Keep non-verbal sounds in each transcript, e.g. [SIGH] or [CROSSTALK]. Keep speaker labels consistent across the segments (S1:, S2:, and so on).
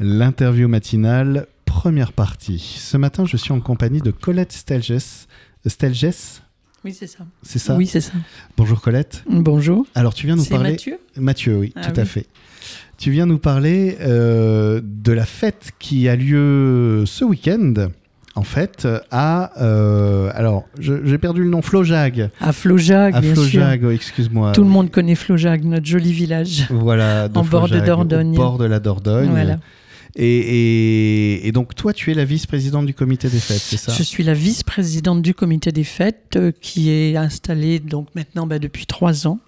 S1: L'interview matinale, première partie. Ce matin, je suis en compagnie de Colette Stelges. Stelges,
S2: Oui, c'est ça.
S1: c'est ça
S2: Oui, c'est ça.
S1: Bonjour Colette.
S2: Bonjour.
S1: Alors, tu viens nous
S2: C'est
S1: parler.
S2: Mathieu
S1: Mathieu, oui,
S2: Ah
S1: tout
S2: oui.
S1: à fait. Tu viens nous parler euh, de la fête qui a lieu ce week-end, en fait, à. euh, alors, je- j'ai perdu le nom, Flojag.
S2: à Flojag,
S1: à
S2: Ah, bien
S1: Flojag, oh, excuse-moi.
S2: sûr. Tout le monde connaît Flojag, notre joli village.
S1: Voilà, de
S2: En bord de
S1: Flojag, au
S2: Dordogne.
S1: bord de la Dordogne.
S2: Voilà.
S1: Et, et- et donc, toi, tu es la vice-présidente du comité des fêtes, c'est ça
S2: Je suis la vice-présidente du comité des fêtes euh, qui est installée donc maintenant bah, depuis trois ans.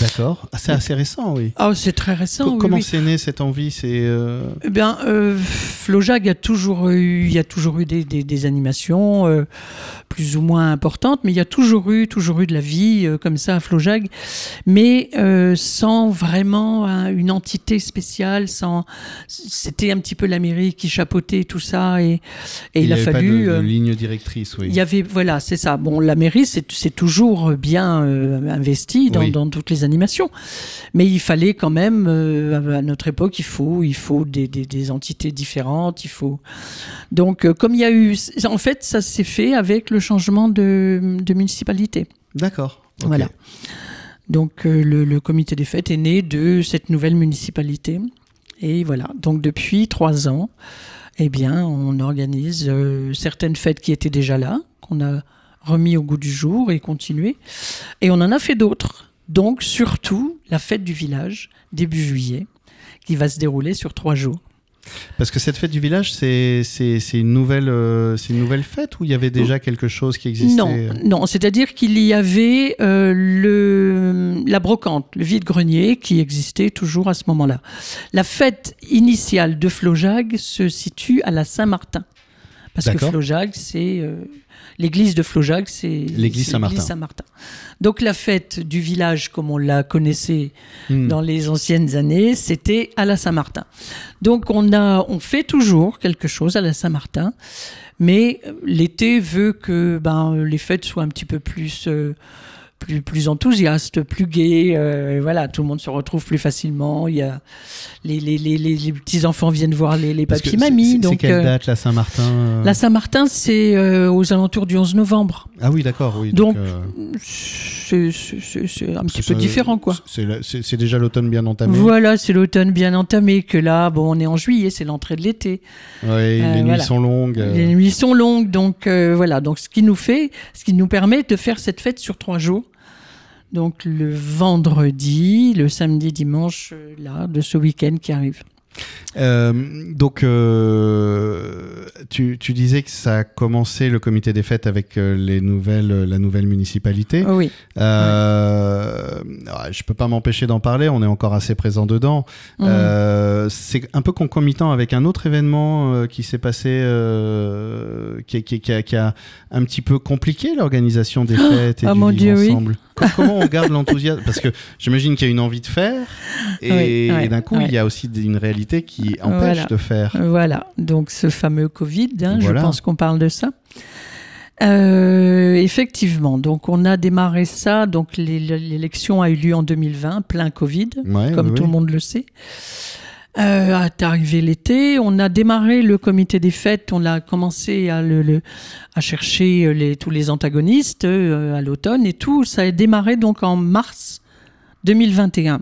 S1: D'accord. Ah, c'est assez récent, oui.
S2: Oh, c'est très
S1: Co-
S2: récent. oui,
S1: Comment
S2: oui.
S1: c'est né cette envie C'est euh,
S2: Eh bien, euh, Flojag a toujours eu, il y a toujours eu des, des- des animations euh, plus ou moins importantes, mais il y a toujours eu, toujours eu de la vie euh, comme ça à Flojag, mais euh, sans vraiment hein, une entité spéciale. Sans, c'était un petit peu la mairie qui chapeautait tout ça, et, et il, a
S1: avait
S2: fallu.
S1: pas de- de,
S2: euh,
S1: ligne directrice, oui.
S2: il y avait, voilà, c'est ça. Bon, la mairie, c'est c'est toujours bien euh, investi dans,
S1: Oui.
S2: dans toutes les animations. Mais il fallait quand même, euh, à notre époque, il faut, il faut des, des- des entités différentes. Il faut. Donc, euh, comme il y a eu. En fait, ça s'est fait avec le changement de, de municipalité.
S1: D'accord. ok.
S2: Voilà. Donc, euh, le, le comité des fêtes est né de cette nouvelle municipalité. Et voilà. Donc, depuis trois ans, eh bien, on organise euh, certaines fêtes qui étaient déjà là, qu'on a remis au goût du jour et continué. Et on en a fait d'autres. Donc, surtout, la fête du village, début juillet, qui va se dérouler sur trois jours.
S1: Parce que cette fête du village, c'est c'est- c'est une, nouvelle, euh, c'est une nouvelle fête ou il y avait déjà quelque chose qui existait euh.
S2: Non, non c'est-à-dire qu'il y avait euh, le, la brocante, le vide-grenier qui existait toujours à ce moment-là. La fête initiale de Flojag se situe à la Saint-Martin. Parce que
S1: D'accord.
S2: Flojag, c'est. euh, l'église de Flojag, c'est.
S1: L'église
S2: c'est
S1: Saint-Martin.
S2: Donc la fête du village, comme on la connaissait
S1: Hmm.
S2: dans les anciennes années, c'était à la Saint-Martin. Donc on a, on fait toujours quelque chose à la Saint-Martin, mais euh, l'été veut que ben euh, les fêtes soient un petit peu plus euh, plus, plus enthousiastes, plus gaies, euh, et voilà, tout le monde se retrouve plus facilement. Il y a les, les, les, les, petits enfants viennent voir les, les
S1: Parce que
S2: papis
S1: c'est- c'est-
S2: mamies.
S1: C'est
S2: Donc
S1: quelle
S2: euh,
S1: date, la Saint-Martin euh
S2: la Saint-Martin, c'est euh, aux alentours du 11 novembre.
S1: Ah oui, d'accord. Oui,
S2: Donc,
S1: euh,
S2: C'est c'est- c'est- c'est un petit
S1: c'est-
S2: peu différent, quoi.
S1: c'est la- C'est c'est déjà l'automne bien entamé.
S2: Voilà, c'est l'automne bien entamé, que là, bon, on est en juillet, c'est l'entrée de l'été.
S1: Oui, les nuits
S2: voilà.
S1: sont longues. euh,
S2: Les nuits sont longues, donc euh, voilà. Donc ce qui nous fait, ce qui nous permet de faire cette fête sur trois jours. Donc le vendredi, le samedi, dimanche, euh, là, de ce week-end qui arrive.
S1: Euh, donc, euh, tu, tu disais que ça a commencé le comité des fêtes avec euh, les nouvelles, la nouvelle municipalité.
S2: Oh oui.
S1: Euh, ouais, Je peux pas m'empêcher d'en parler, on est encore assez présent dedans.
S2: Mhm.
S1: Euh, c'est un peu concomitant avec un autre événement euh, qui s'est passé, euh, qui, qui- qui a, qui a un petit peu compliqué l'organisation des fêtes et
S2: [GASPS] Ah,
S1: du
S2: mon
S1: vivre
S2: Dieu, oui. [LAUGHS]
S1: ensemble. Co- Comment on garde l'enthousiasme Parce que j'imagine qu'il y a une envie de
S2: [GASPS]
S1: faire, et,
S2: Oui, ouais,
S1: et d'un coup,
S2: ouais.
S1: il y a aussi des- une réalité qui empêche
S2: Voilà.
S1: de faire.
S2: Euh, Voilà, donc ce fameux Covid, hein,
S1: Voilà.
S2: je pense qu'on parle de ça. Euh, effectivement, donc on a démarré ça, donc l'é- l'élection a eu lieu en 2020, plein Covid,
S1: Ouais,
S2: comme
S1: ouais,
S2: tout
S1: ouais.
S2: le monde le sait. Euh, est arrivé l'été, on a démarré le comité des fêtes, on a commencé à, le, le- à chercher euh, les, tous les antagonistes euh, à l'automne et tout. Ça a démarré donc en mars 2021.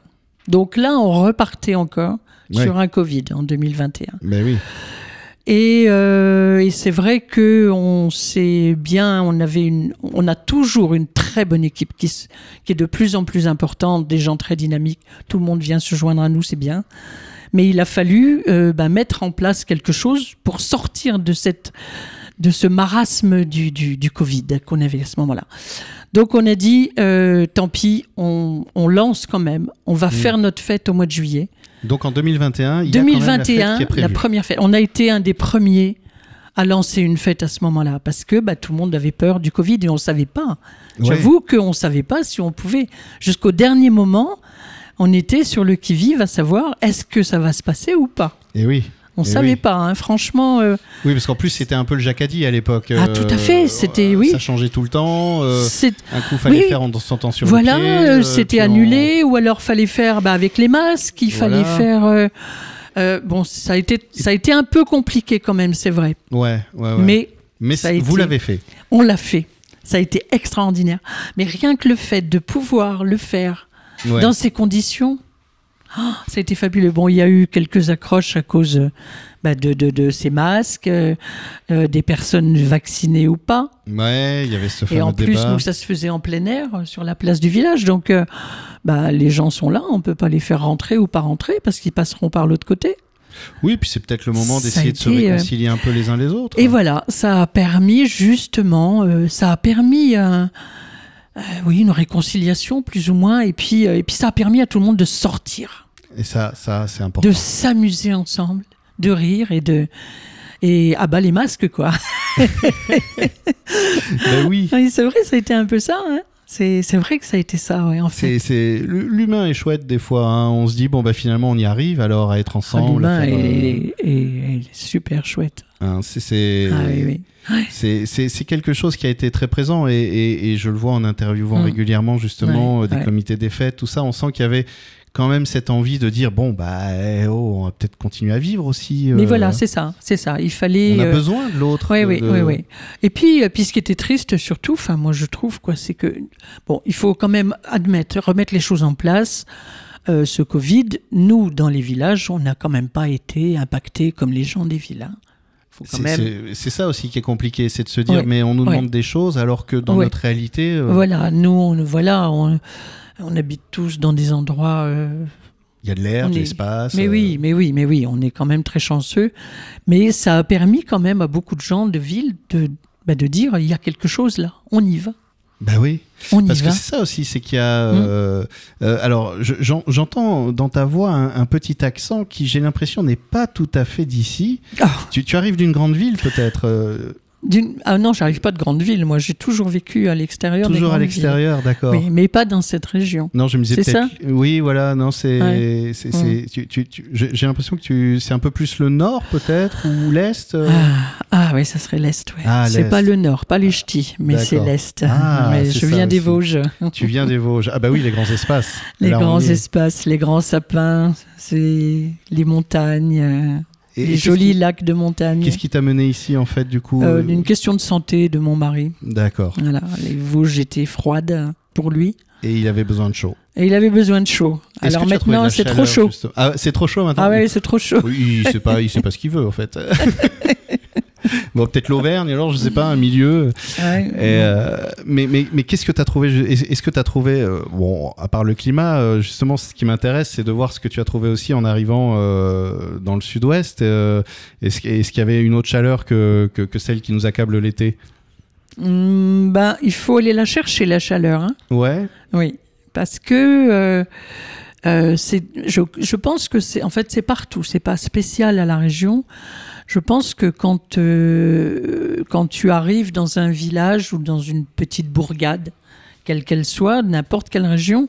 S2: Donc là, on repartait encore
S1: Ouais.
S2: sur un Covid en 2021.
S1: Mais Ben oui.
S2: Et, euh, et c'est vrai que on s'est bien, on avait une, on a toujours une très bonne équipe qui, s- qui est de plus en plus importante, des gens très dynamiques. Tout le monde vient se joindre à nous, c'est bien. Mais il a fallu euh, bah, mettre en place quelque chose pour sortir de cette, de ce marasme du, du, du Covid qu'on avait à ce moment-là. Donc on a dit, euh, tant pis, on, on lance quand même. On va faire notre fête au mois de juillet.
S1: Donc en 2021, il y a quand même la fête
S2: 2021,
S1: qui est
S2: la,
S1: prévue.
S2: première fête. On a été un des premiers à lancer une fête à ce moment-là parce que bah, tout le monde avait peur du Covid et on ne savait pas.
S1: Ouais.
S2: J'avoue qu'on ne savait pas si on pouvait. Jusqu'au dernier moment, on était sur le qui-vive à savoir est-ce que ça va se passer ou pas.
S1: Et oui.
S2: On
S1: Eh
S2: ne savait
S1: oui.
S2: pas, hein. franchement. euh,
S1: Oui, parce qu'en plus, c'était un peu le jacadi à l'époque. euh,
S2: Ah, tout à fait, c'était- oui.
S1: Ça changeait tout le temps. euh,
S2: c'est-
S1: un coup, fallait
S2: Oui, oui.
S1: faire en s'entend sur
S2: voilà,
S1: le pied.
S2: euh,
S1: euh,
S2: c'était
S1: puis on-
S2: annulé ou alors fallait faire bah, avec les masques, il
S1: Voilà.
S2: fallait faire. euh, Euh, bon, ça a, été, ça a été un peu compliqué quand même, c'est vrai.
S1: Ouais, ouais, ouais.
S2: Mais
S1: Mais
S2: ça a
S1: c'est- vous
S2: été-
S1: l'avez fait.
S2: on l'a fait. Ça a été extraordinaire. Mais rien que le fait de pouvoir le faire
S1: Ouais.
S2: dans ces conditions, ah, ça a été fabuleux. Bon, il y a eu quelques accroches à cause euh, bah, de, de- de ces masques, euh, euh, des personnes vaccinées ou pas.
S1: Ouais, il y avait ce fameux
S2: Et en plus,
S1: débat.
S2: nous, ça se faisait en plein air, euh, sur la place du village. Donc, euh, bah, les gens sont là, on peut pas les faire rentrer ou pas rentrer parce qu'ils passeront par l'autre côté.
S1: Oui, puis c'est peut-être le moment
S2: Ça a
S1: d'essayer de se
S2: été, euh,
S1: réconcilier un peu les uns les autres.
S2: Et voilà, ça a permis justement, euh, ça a permis un- euh, oui, une réconciliation plus ou moins, et puis, euh, et puis ça a permis à tout le monde de sortir,
S1: Et ça, ça c'est important.
S2: de s'amuser ensemble, de rire et de... Et ah bah les masques quoi. [LAUGHS]
S1: Ben oui.
S2: Oui, c'est vrai, ça a été un peu ça. hein. C'est c'est vrai que ça a été ça, ouais, en fait.
S1: C'est, c'est... L'humain est chouette des fois. hein. On se dit, bon, bah, finalement, on y arrive alors à être
S2: Ah,
S1: ensemble. à
S2: L'humain
S1: faire, euh,
S2: est, est- est super chouette.
S1: hein, c'est, c'est-
S2: Ah oui, oui.
S1: C'est, c'est- c'est quelque chose qui a été très présent et, et- et je le vois en interviewant
S2: Mm.
S1: régulièrement justement
S2: Ouais,
S1: euh, des
S2: ouais.
S1: comités des fêtes, tout ça. On sent qu'il y avait quand même cette envie de dire bon bah eh, oh, on va peut-être continuer à vivre aussi.
S2: Mais
S1: euh,
S2: voilà, c'est ça, c'est ça. Il fallait...
S1: on a
S2: euh,
S1: besoin de l'autre.
S2: Oui,
S1: de-
S2: oui,
S1: de-
S2: oui, oui. Et puis, euh, puis ce qui était triste surtout, enfin moi je trouve quoi, c'est que bon, il faut quand même admettre, remettre les choses en place. Euh, ce Covid, nous dans les villages, on n'a quand même pas été impactés comme les gens des villas. Faut quand
S1: C'est,
S2: même.
S1: c'est- c'est ça aussi qui est compliqué, c'est de se dire
S2: Ouais,
S1: mais on nous
S2: ouais.
S1: demande des choses alors que dans
S2: Ouais.
S1: notre réalité. euh,
S2: Voilà, nous, on, voilà, on, on habite tous dans des endroits. euh,
S1: Il y a de l'air,
S2: On
S1: de
S2: est-
S1: l'espace.
S2: mais
S1: euh,
S2: oui, mais oui, mais oui, on est quand même très chanceux. Mais ça a permis quand même à beaucoup de gens de ville de, bah, de dire, il y a quelque chose là, on y va,
S1: Bah oui.
S2: on
S1: Parce
S2: y
S1: que
S2: va. Hum.
S1: c'est ça aussi, c'est qu'il y a. euh, euh, alors, je- j'en- j'entends dans ta voix un, un petit accent qui, j'ai l'impression, n'est pas tout à fait d'ici.
S2: Ah.
S1: Tu, tu arrives d'une grande ville, peut-être euh,
S2: D'une- Ah non, j'arrive pas de grande ville. Moi, j'ai toujours vécu à l'extérieur. des
S1: Toujours à
S2: grandes
S1: l'extérieur, d'accord.
S2: villes. Oui, mais pas dans cette région.
S1: Non, je me disais
S2: C'est Hum.
S1: peut-être. Oui, voilà, non, c'est. c'est- c'est- tu- tu- tu- J'ai j'ai l'impression que tu, c'est un peu plus le nord, peut-être, ou l'est. euh.
S2: Ah, ah oui, ça serait l'est. Ouais.
S1: Ah, l'Est.
S2: c'est pas le nord, pas les ch'tis, mais c'est
S1: D'accord.
S2: l'est.
S1: Ah,
S2: mais
S1: c'est
S2: je
S1: ça
S2: viens des
S1: aussi.
S2: Vosges.
S1: Tu viens des Vosges. Ah, bah oui, les grands espaces.
S2: Les
S1: Là, on
S2: grands
S1: est.
S2: espaces, les grands sapins, c'est les montagnes, euh,
S1: Et- et
S2: les
S1: qu'est-ce
S2: jolis
S1: qui-
S2: lacs de montagne.
S1: Qu'est-ce qui t'a mené ici, en fait, du coup
S2: Euh,
S1: euh,
S2: Une question de santé de mon mari.
S1: D'accord.
S2: Voilà, les Vosges étaient froides pour lui.
S1: Et il avait besoin de chaud.
S2: Et il avait besoin de chaud.
S1: Est-ce
S2: Alors
S1: que tu as trouvé de
S2: maintenant,
S1: la
S2: c'est trop
S1: chaleur,
S2: chaud.
S1: justement Ah, c'est trop chaud maintenant.
S2: Ah ouais, c'est trop chaud.
S1: [LAUGHS] Oui, il sait pas, il sait pas ce qu'il veut en
S2: [LAUGHS]
S1: fait. bon, peut-être l'Auvergne, alors je sais pas, un milieu.
S2: Ouais.
S1: Et, euh, mais mais, mais qu'est-ce que tu as trouvé je- Est-ce est-ce que tu as trouvé, euh, bon, à part le climat, euh, justement, ce qui m'intéresse, c'est de voir ce que tu as trouvé aussi en arrivant euh, dans le sud-ouest. euh, Est-ce que- est-ce qu'il y avait une autre chaleur que, que, que celle qui nous accable l'été
S2: Hmm, ben, il faut aller la chercher, la chaleur. hein.
S1: Ouais,
S2: Oui, parce que euh, euh, c'est, je, je pense que c'est, en fait, c'est partout. C'est pas spécial à la région. Je pense que quand euh, quand tu arrives dans un village ou dans une petite bourgade, quelle qu'elle soit, n'importe quelle région,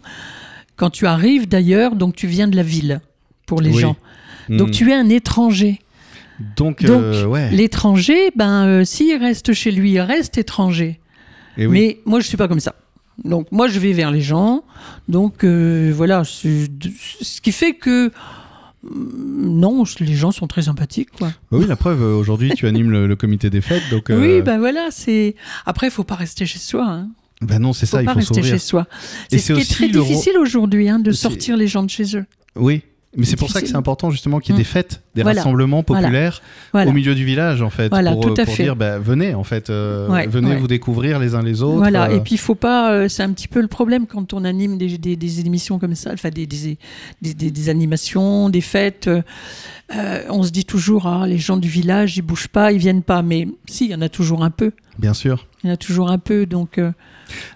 S2: quand tu arrives d'ailleurs, donc tu viens de la ville pour les
S1: Oui.
S2: gens. Donc
S1: Hmm.
S2: tu es un étranger.
S1: donc,
S2: donc,
S1: euh, ouais.
S2: L'étranger, ben euh, s'il reste chez lui, il reste étranger.
S1: Et Eh oui.
S2: Mais moi, je suis pas comme ça. Donc, moi, je vais vers les gens. Donc, euh, voilà. c'est- Ce qui fait que. mm, Non, les gens sont très sympathiques, quoi.
S1: Bah oui, la preuve, euh, aujourd'hui, tu animes le, le comité des fêtes, donc.
S2: Oui,
S1: euh,
S2: ben voilà, c'est. Après, il faut pas rester chez soi. Hein.
S1: bah non, c'est
S2: Faut
S1: ça, il
S2: pas
S1: faut
S2: rester
S1: sourire.
S2: chez soi.
S1: Et c'est
S2: C'est ce qui est
S1: aussi
S2: très
S1: le ro-
S2: difficile aujourd'hui, hein, de
S1: C'est-
S2: sortir les gens de chez eux.
S1: Oui, mais c'est pour ça que
S2: Difficile.
S1: c'est important justement qu'il y ait
S2: Mm.
S1: des fêtes, des
S2: Voilà.
S1: rassemblements
S2: Voilà.
S1: populaires
S2: Voilà.
S1: au milieu du village en fait,
S2: Voilà,
S1: pour,
S2: tout à
S1: pour
S2: fait.
S1: dire bah, venez en fait, euh,
S2: Ouais,
S1: venez
S2: ouais.
S1: vous découvrir les uns les autres.
S2: Voilà,
S1: euh,
S2: et puis il faut pas. euh, c'est un petit peu le problème quand on anime des, des- des émissions comme ça, enfin des, des, des- des- des animations, des fêtes. euh, euh, on se dit toujours, ah, les gens du village, ils bougent pas, ils viennent pas. Mais si, il y en a toujours un peu.
S1: bien sûr.
S2: Il y en a toujours un peu. Donc, euh,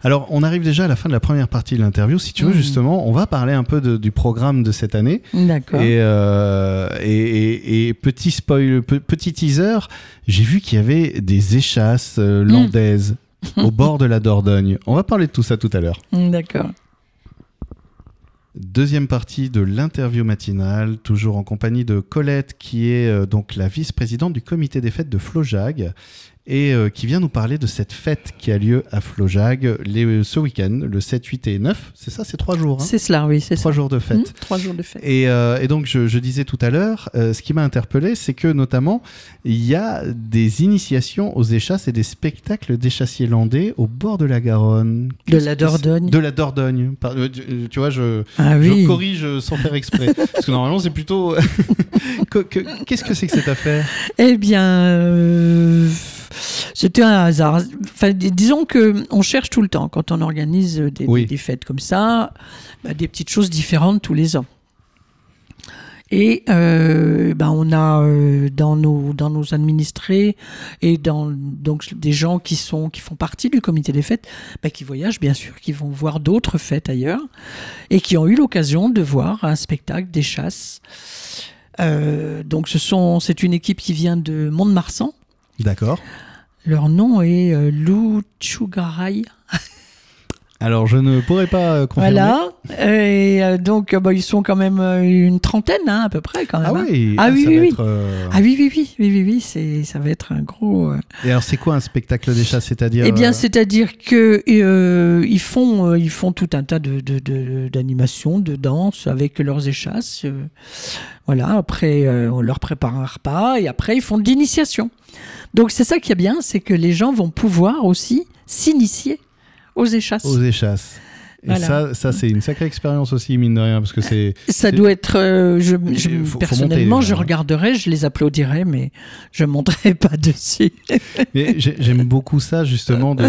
S1: Alors on arrive déjà à la fin de la première partie de l'interview. Si tu veux
S2: Mm.
S1: justement, on va parler un peu de- du programme de cette année.
S2: d'accord.
S1: Et, euh, et, et- et petit spoil, pe- petit teaser, j'ai vu qu'il y avait des échasses
S2: Mmh.
S1: euh,
S2: [LAUGHS]
S1: landaises au bord de la Dordogne. On va parler de tout ça tout à l'heure.
S2: D'accord.
S1: Deuxième partie de l'interview matinale, toujours en compagnie de Colette, qui est euh, donc la vice-présidente du comité des fêtes de Flojag, et euh, qui vient nous parler de cette fête qui a lieu à Flojag les- euh, ce week-end, le 7, 8 et 9. C'est ça, c'est trois jours. hein
S2: C'est cela, oui, c'est ça.
S1: trois jours de fête.
S2: Mmh, trois jours de fête.
S1: Et, euh, et donc, je, je disais tout à l'heure, euh, ce qui m'a interpellé, c'est que notamment, il y a des initiations aux échasses et des spectacles d'échassiers landais au bord de la Garonne.
S2: De la Dordogne.
S1: De la Dordogne. Par- euh, tu, tu vois, je,
S2: Ah
S1: je
S2: oui.
S1: corrige euh, sans faire exprès. Parce que normalement, c'est plutôt. [LAUGHS] Que- que- Qu'est-ce que c'est que cette affaire
S2: Eh bien, euh, c'était un hasard. Enfin, dis- disons que on cherche tout le temps quand on organise des,
S1: Oui.
S2: des- des fêtes comme ça, bah, des petites choses différentes tous les ans. Et euh, ben, on a euh, dans nos dans nos administrés et dans donc des gens qui sont qui font partie du comité des fêtes, bah, qui voyagent bien sûr, qui vont voir d'autres fêtes ailleurs et qui ont eu l'occasion de voir un spectacle des chasses. Euh, donc ce sont c'est une équipe qui vient de Mont-de-Marsan.
S1: D'accord.
S2: Leur nom est euh, Luchugaray.
S1: Alors, je ne pourrais pas euh, confirmer.
S2: Voilà. Et euh, donc euh, bah, ils sont quand même euh, une trentaine hein, à peu près quand même.
S1: Ah
S2: hein.
S1: oui,
S2: Ah oui,
S1: ça
S2: oui,
S1: va
S2: oui.
S1: être, euh,
S2: Ah oui oui oui oui oui, oui c'est ça va être un gros. euh,
S1: Et alors, c'est quoi un spectacle d'échasse C'est-à-dire.
S2: Eh bien,
S1: euh,
S2: c'est-à-dire que euh, ils font euh, ils font tout un tas de de- de- d'animations, de, danses avec leurs échasses. euh, voilà. Après, euh, on leur prépare un repas et après ils font de l'initiation. Donc c'est ça qui est bien, c'est que les gens vont pouvoir aussi s'initier aux échasses.
S1: aux échasses. Et
S2: Voilà.
S1: ça, ça c'est une sacrée expérience aussi, mine de rien, parce que c'est.
S2: Ça
S1: c'est-
S2: doit être. euh, je, je-
S1: Faut- faut
S2: personnellement,
S1: monter,
S2: je
S1: hein.
S2: regarderai, je les applaudirai, mais je monterai [LAUGHS] pas dessus.
S1: Mais j'ai- j'aime beaucoup ça, justement, de.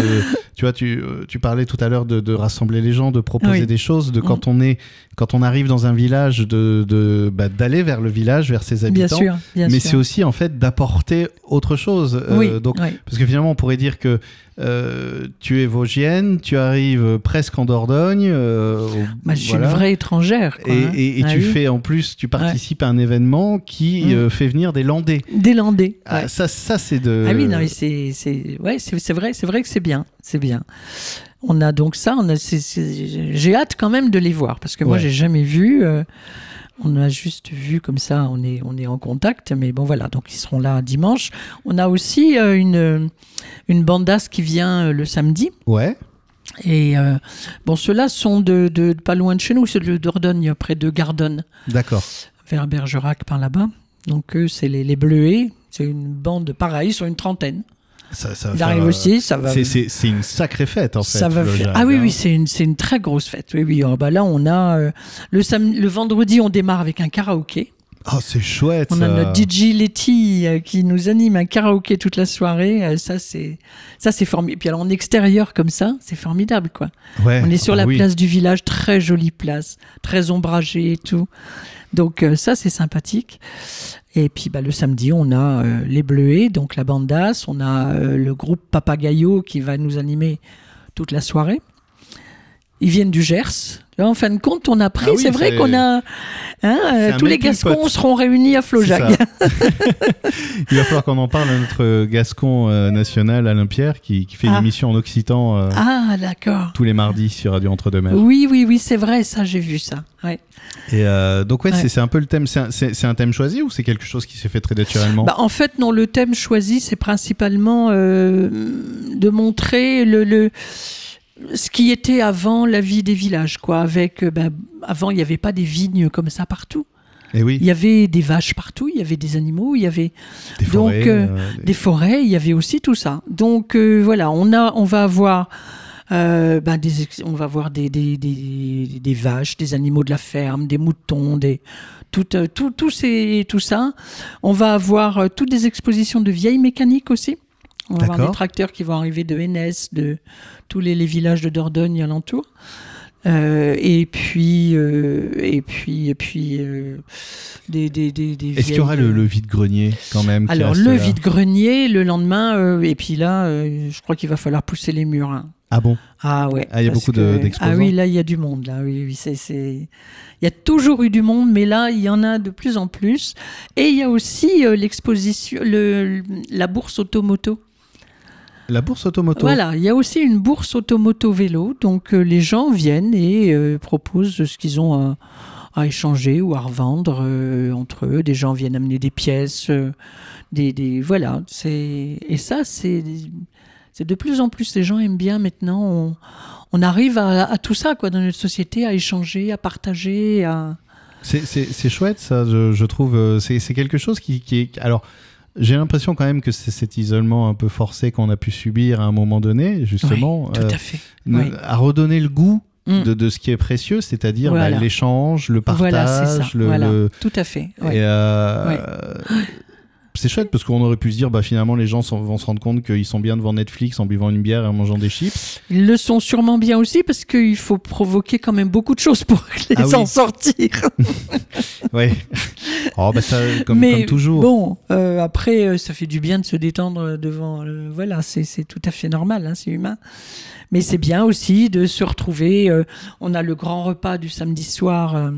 S1: Tu vois, tu, euh, tu parlais tout à l'heure de, de rassembler les gens, de proposer
S2: Oui. Mm.
S1: des choses, de quand on est, quand on arrive dans un village, de, de bah, d'aller vers le village, vers ses
S2: Bien
S1: habitants.
S2: sûr, bien
S1: mais c'est
S2: sûr.
S1: aussi en fait d'apporter autre chose. Euh,
S2: oui,
S1: donc,
S2: oui.
S1: parce que finalement, on pourrait dire que euh, tu es vosgienne, tu arrives presque en Dordogne. euh, au-
S2: Bah, je suis
S1: voilà.
S2: une vraie étrangère. quoi,
S1: Et,
S2: hein.
S1: et- et
S2: Ah
S1: tu
S2: oui.
S1: fais en plus, tu participes à un événement qui
S2: Mm.
S1: euh, fait venir des Landais.
S2: Des Landais.
S1: Ah,
S2: ouais.
S1: ça, ça c'est de.
S2: Ah oui, non, mais c'est, c'est, ouais, c'est, c'est vrai, c'est vrai que c'est bien, c'est bien. On a donc ça, on a, c'est- c'est- j'ai hâte quand même de les voir parce que moi
S1: Ouais.
S2: j'ai jamais vu. euh, on a juste vu comme ça, on est, on est en contact, mais bon voilà, donc ils seront là dimanche. On a aussi euh, une, une bandasse qui vient euh, le samedi.
S1: Ouais,
S2: Et euh, bon, ceux-là sont de, de- de pas loin de chez nous, c'est de Dordogne, près de Gardonne
S1: d'accord.
S2: vers Bergerac par là-bas. Donc eux, c'est les, les Bleuets. C'est une bande pareille, sur une trentaine.
S1: Ça, ça va
S2: Ils
S1: faire,
S2: arrivent
S1: euh,
S2: aussi, ça va.
S1: C'est, c'est- c'est une sacrée fête en fait.
S2: ça va
S1: le
S2: faire-
S1: Jacques,
S2: Ah oui,
S1: hein.
S2: oui, c'est une, c'est une très grosse fête. Oui, oui. Ah bah là, on a euh, le, sam- le vendredi, on démarre avec un karaoké.
S1: Oh, c'est chouette.
S2: On
S1: ça.
S2: a notre DJ Letty euh, qui nous anime un karaoké toute la soirée. Euh, ça, c'est ça, c'est formidable. Puis alors en extérieur comme ça, c'est formidable, quoi.
S1: Ouais.
S2: On est sur
S1: Ah
S2: la
S1: oui.
S2: place du village, très jolie place, très ombragée et tout. Donc euh, ça, c'est sympathique. Et puis bah, le samedi, on a euh, les Bleuets, donc la bandasse, on a euh, le groupe Papagayo qui va nous animer toute la soirée. Ils viennent du Gers. En fin de compte, on a pris,
S1: Ah oui,
S2: c'est vrai
S1: c'est-
S2: qu'on a... hein, euh,
S1: c'est un
S2: tous les
S1: melting
S2: Gascons
S1: pot.
S2: seront réunis à Flojac.
S1: C'est ça. Il va falloir qu'on en parle à notre euh, gascon euh, national Alain Pierre qui, qui fait une
S2: Ah.
S1: émission en occitan euh,
S2: [LAUGHS] Ah, d'accord.
S1: tous les mardis sur Radio Entre-deux-Mers.
S2: Oui, oui, oui, c'est vrai, ça, j'ai vu ça. Ouais.
S1: Et euh, donc ouais,
S2: Ouais.
S1: C'est, c'est un peu le thème. C'est un, c'est- c'est un thème choisi ou c'est quelque chose qui s'est fait très naturellement
S2: Bah, en fait, non, le thème choisi, c'est principalement euh, de montrer le, le- ce qui était avant la vie des villages. Quoi, avec, euh, bah, avant, il n'y avait pas des vignes comme ça partout.
S1: Et Eh oui.
S2: Il y avait des vaches partout, il y avait des animaux, il y avait
S1: Des
S2: Donc,
S1: forêts,
S2: euh,
S1: euh, des-
S2: des forêts, il y avait aussi tout ça. Donc euh, voilà, on, a, on va avoir... euh, ben, des, ex- on va voir des, des, des- des vaches, des animaux de la ferme, des moutons, des, tout, euh, tout, tout ces, tout ça. On va avoir euh, toutes des expositions de vieilles mécaniques aussi. On va avoir
S1: D'accord.
S2: des tracteurs qui vont arriver de Hénès, de tous les, les villages de Dordogne et alentour. Euh, et puis, euh, et puis, et puis, euh, des, des, des, des
S1: Est-ce qu'il y aura
S2: vieilles-
S1: le, le vide-grenier quand même qui
S2: alors,
S1: reste
S2: le
S1: là
S2: vide-grenier, le lendemain, euh, et puis là, euh, je crois qu'il va falloir pousser les murs. hein.
S1: Ah bon
S2: Ah ouais.
S1: Ah, il y a
S2: parce
S1: beaucoup de-
S2: que-
S1: d'exposants.
S2: Ah oui, là, il y a du monde. Là, oui, oui, c'est, c'est... Il y a toujours eu du monde, mais là, il y en a de plus en plus. Et il y a aussi euh, l'exposition, le, la bourse automoto.
S1: La bourse automoto.
S2: Voilà, il y a aussi une bourse automoto-vélo. Donc, euh, les gens viennent et euh, proposent ce qu'ils ont à, à échanger ou à revendre euh, entre eux. Des gens viennent amener des pièces, euh, des, des voilà. C'est et ça c'est c'est de plus en plus les gens aiment bien maintenant. On, on arrive à, à tout ça quoi dans notre société, à échanger, à partager, à
S1: C'est- C'est c'est chouette, ça, je, je trouve. euh, C'est c'est quelque chose qui, qui est. Alors, j'ai l'impression quand même que c'est cet isolement un peu forcé qu'on a pu subir à un moment donné, justement,
S2: tout
S1: euh,
S2: à fait.
S1: ne-
S2: oui.
S1: à redonner le goût
S2: Mm.
S1: de, de ce qui est précieux, c'est-à-dire bah,
S2: Voilà.
S1: l'échange, le partage,
S2: voilà, c'est ça.
S1: le.
S2: voilà,
S1: le-
S2: tout à fait. ouais.
S1: et, euh, [GASPS] C'est chouette parce qu'on aurait pu se dire, bah, finalement, les gens sont- vont se rendre compte qu'ils sont bien devant Netflix en buvant une bière et en mangeant des
S2: [LAUGHS]
S1: chips.
S2: Ils le sont sûrement bien aussi parce qu'il faut provoquer quand même beaucoup de choses pour les
S1: Ah oui.
S2: en sortir.
S1: Ouais. oh, bah, ça, comme,
S2: Mais
S1: comme toujours.
S2: Bon, euh, après, euh, ça fait du bien de se détendre devant. euh, voilà, c'est c'est tout à fait normal, hein, c'est humain. Mais c'est bien aussi de se retrouver. euh, on a le grand repas du samedi soir, euh,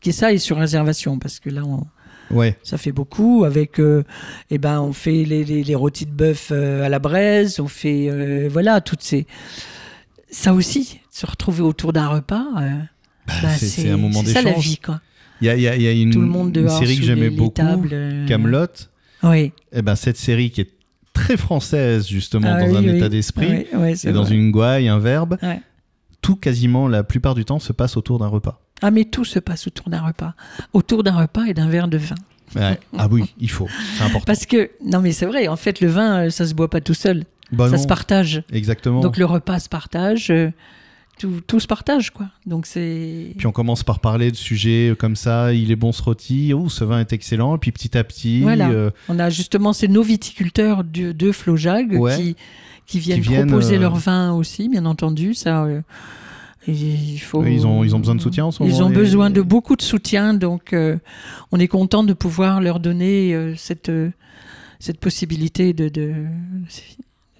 S2: qui est ça, et sur réservation, parce que là, on-
S1: Ouais.
S2: ça fait beaucoup. Avec, euh, eh ben, on fait les, les, les rôtis de bœuf euh, à la braise, on fait, euh, voilà, toutes ces. Ça aussi, se retrouver autour d'un repas. euh, bah,
S1: c'est- c'est un moment
S2: c'est ça la
S1: d'échange.
S2: vie, quoi.
S1: Il y a, il y a- il y a une,
S2: Tout le monde
S1: une
S2: dehors,
S1: série que
S2: sous
S1: j'aimais
S2: les, les
S1: beaucoup,
S2: tables. euh,
S1: Camelot.
S2: Oui.
S1: Eh ben cette série qui est très française justement
S2: Ah
S1: dans
S2: oui,
S1: un
S2: oui.
S1: état d'esprit
S2: Ouais, ouais, c'est
S1: et dans
S2: vrai.
S1: une gouaille, un verbe,
S2: Ouais.
S1: tout quasiment la plupart du temps se passe autour d'un repas.
S2: Ah, mais tout se passe autour d'un repas. Autour d'un repas et d'un verre de vin.
S1: Ouais. ah oui, il faut, c'est important.
S2: Parce que, non, mais c'est vrai, en fait, le vin, euh, ça se boit pas tout seul.
S1: Bah
S2: ça
S1: non,
S2: se partage.
S1: Exactement.
S2: Donc, le repas se partage. euh, Tout, tout se partage, quoi. Donc, c'est.
S1: Puis on commence par parler de sujets euh, comme ça, il est bon ce rôti, oh ce vin est excellent, et puis petit à petit,
S2: Voilà.
S1: euh,
S2: On a justement ces nos viticulteurs de, de Flojag
S1: Ouais.
S2: qui, qui viennent
S1: viennent,
S2: proposer
S1: euh,
S2: leur vin aussi, bien entendu. Ça, euh, il faut...
S1: ils, ont, ils ont besoin de soutien en ce moment.
S2: Ils ont
S1: les-
S2: besoin de beaucoup de soutien, donc euh, on est content de pouvoir leur donner euh, cette, euh, cette possibilité de, de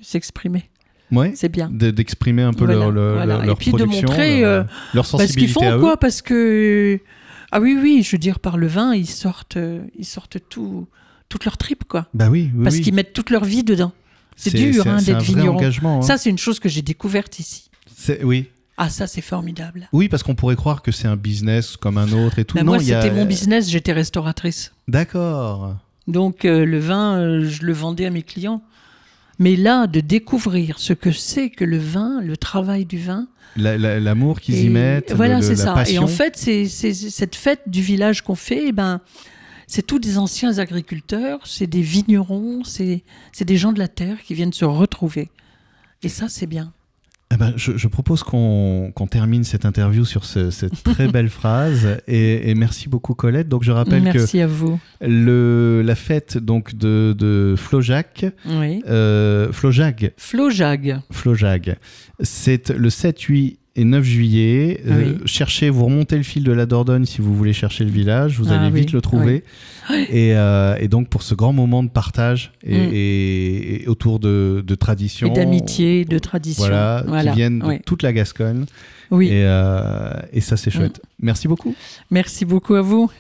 S2: s'exprimer.
S1: Ouais,
S2: C'est bien.
S1: de- d'exprimer un peu
S2: Voilà,
S1: leur, leur,
S2: voilà.
S1: leur
S2: Et puis de
S1: production,
S2: montrer,
S1: leur,
S2: euh,
S1: leur
S2: Parce
S1: sensibilité
S2: qu'ils
S1: à
S2: font
S1: eux.
S2: quoi Parce que ah oui oui, je veux dire par le vin, ils sortent euh, ils sortent tout toute leur tripe quoi.
S1: Bah oui, oui,
S2: Parce
S1: oui.
S2: qu'ils mettent toute leur vie dedans. c'est dur, hein,
S1: c'est
S2: d'être
S1: un vrai
S2: vigneron.
S1: engagement, hein.
S2: Ça c'est une chose que j'ai découverte ici.
S1: C'est- oui,
S2: Ah ça c'est formidable.
S1: Oui, parce qu'on pourrait croire que c'est un business comme un autre et tout.
S2: Bah,
S1: non,
S2: moi
S1: il y a-
S2: c'était mon business, j'étais restauratrice.
S1: D'accord.
S2: Donc euh, le vin, euh, je le vendais à mes clients. Mais là, de découvrir ce que c'est que le vin, le travail du vin.
S1: La- la- L'amour qu'ils
S2: et-
S1: y mettent, le-
S2: Voilà,
S1: le-
S2: c'est
S1: la
S2: ça.
S1: passion.
S2: Et en fait, c'est c'est- c'est cette fête du village qu'on fait, eh ben, c'est tous des anciens agriculteurs, c'est des vignerons, c'est c'est des gens de la terre qui viennent se retrouver. Et ça, c'est bien.
S1: Eh ben, je, je propose qu'on qu'on termine cette interview sur ce-
S2: [LAUGHS]
S1: cette très belle phrase. Et, et merci beaucoup, Colette. Donc, je rappelle
S2: Merci à vous.
S1: que le, la fête donc de, de Flojac,
S2: Oui.
S1: euh, Flojag,
S2: Flojag.
S1: Flojag. C'est le 7, 8 et 9 juillet. Euh, cherchez, vous remontez le fil de la Dordogne si vous voulez chercher le village, vous
S2: Ah
S1: allez
S2: oui,
S1: vite le
S2: [GASPS]
S1: trouver. Et, euh, et donc pour ce grand moment de partage et,
S2: Mm.
S1: et- et autour de, de
S2: Et
S1: traditions.
S2: d'amitié, de tradition.
S1: Voilà, qui viennent de
S2: oui.
S1: toute la Gascogne.
S2: Oui.
S1: Et, euh, et ça, c'est chouette. Merci beaucoup.
S2: Merci beaucoup à vous.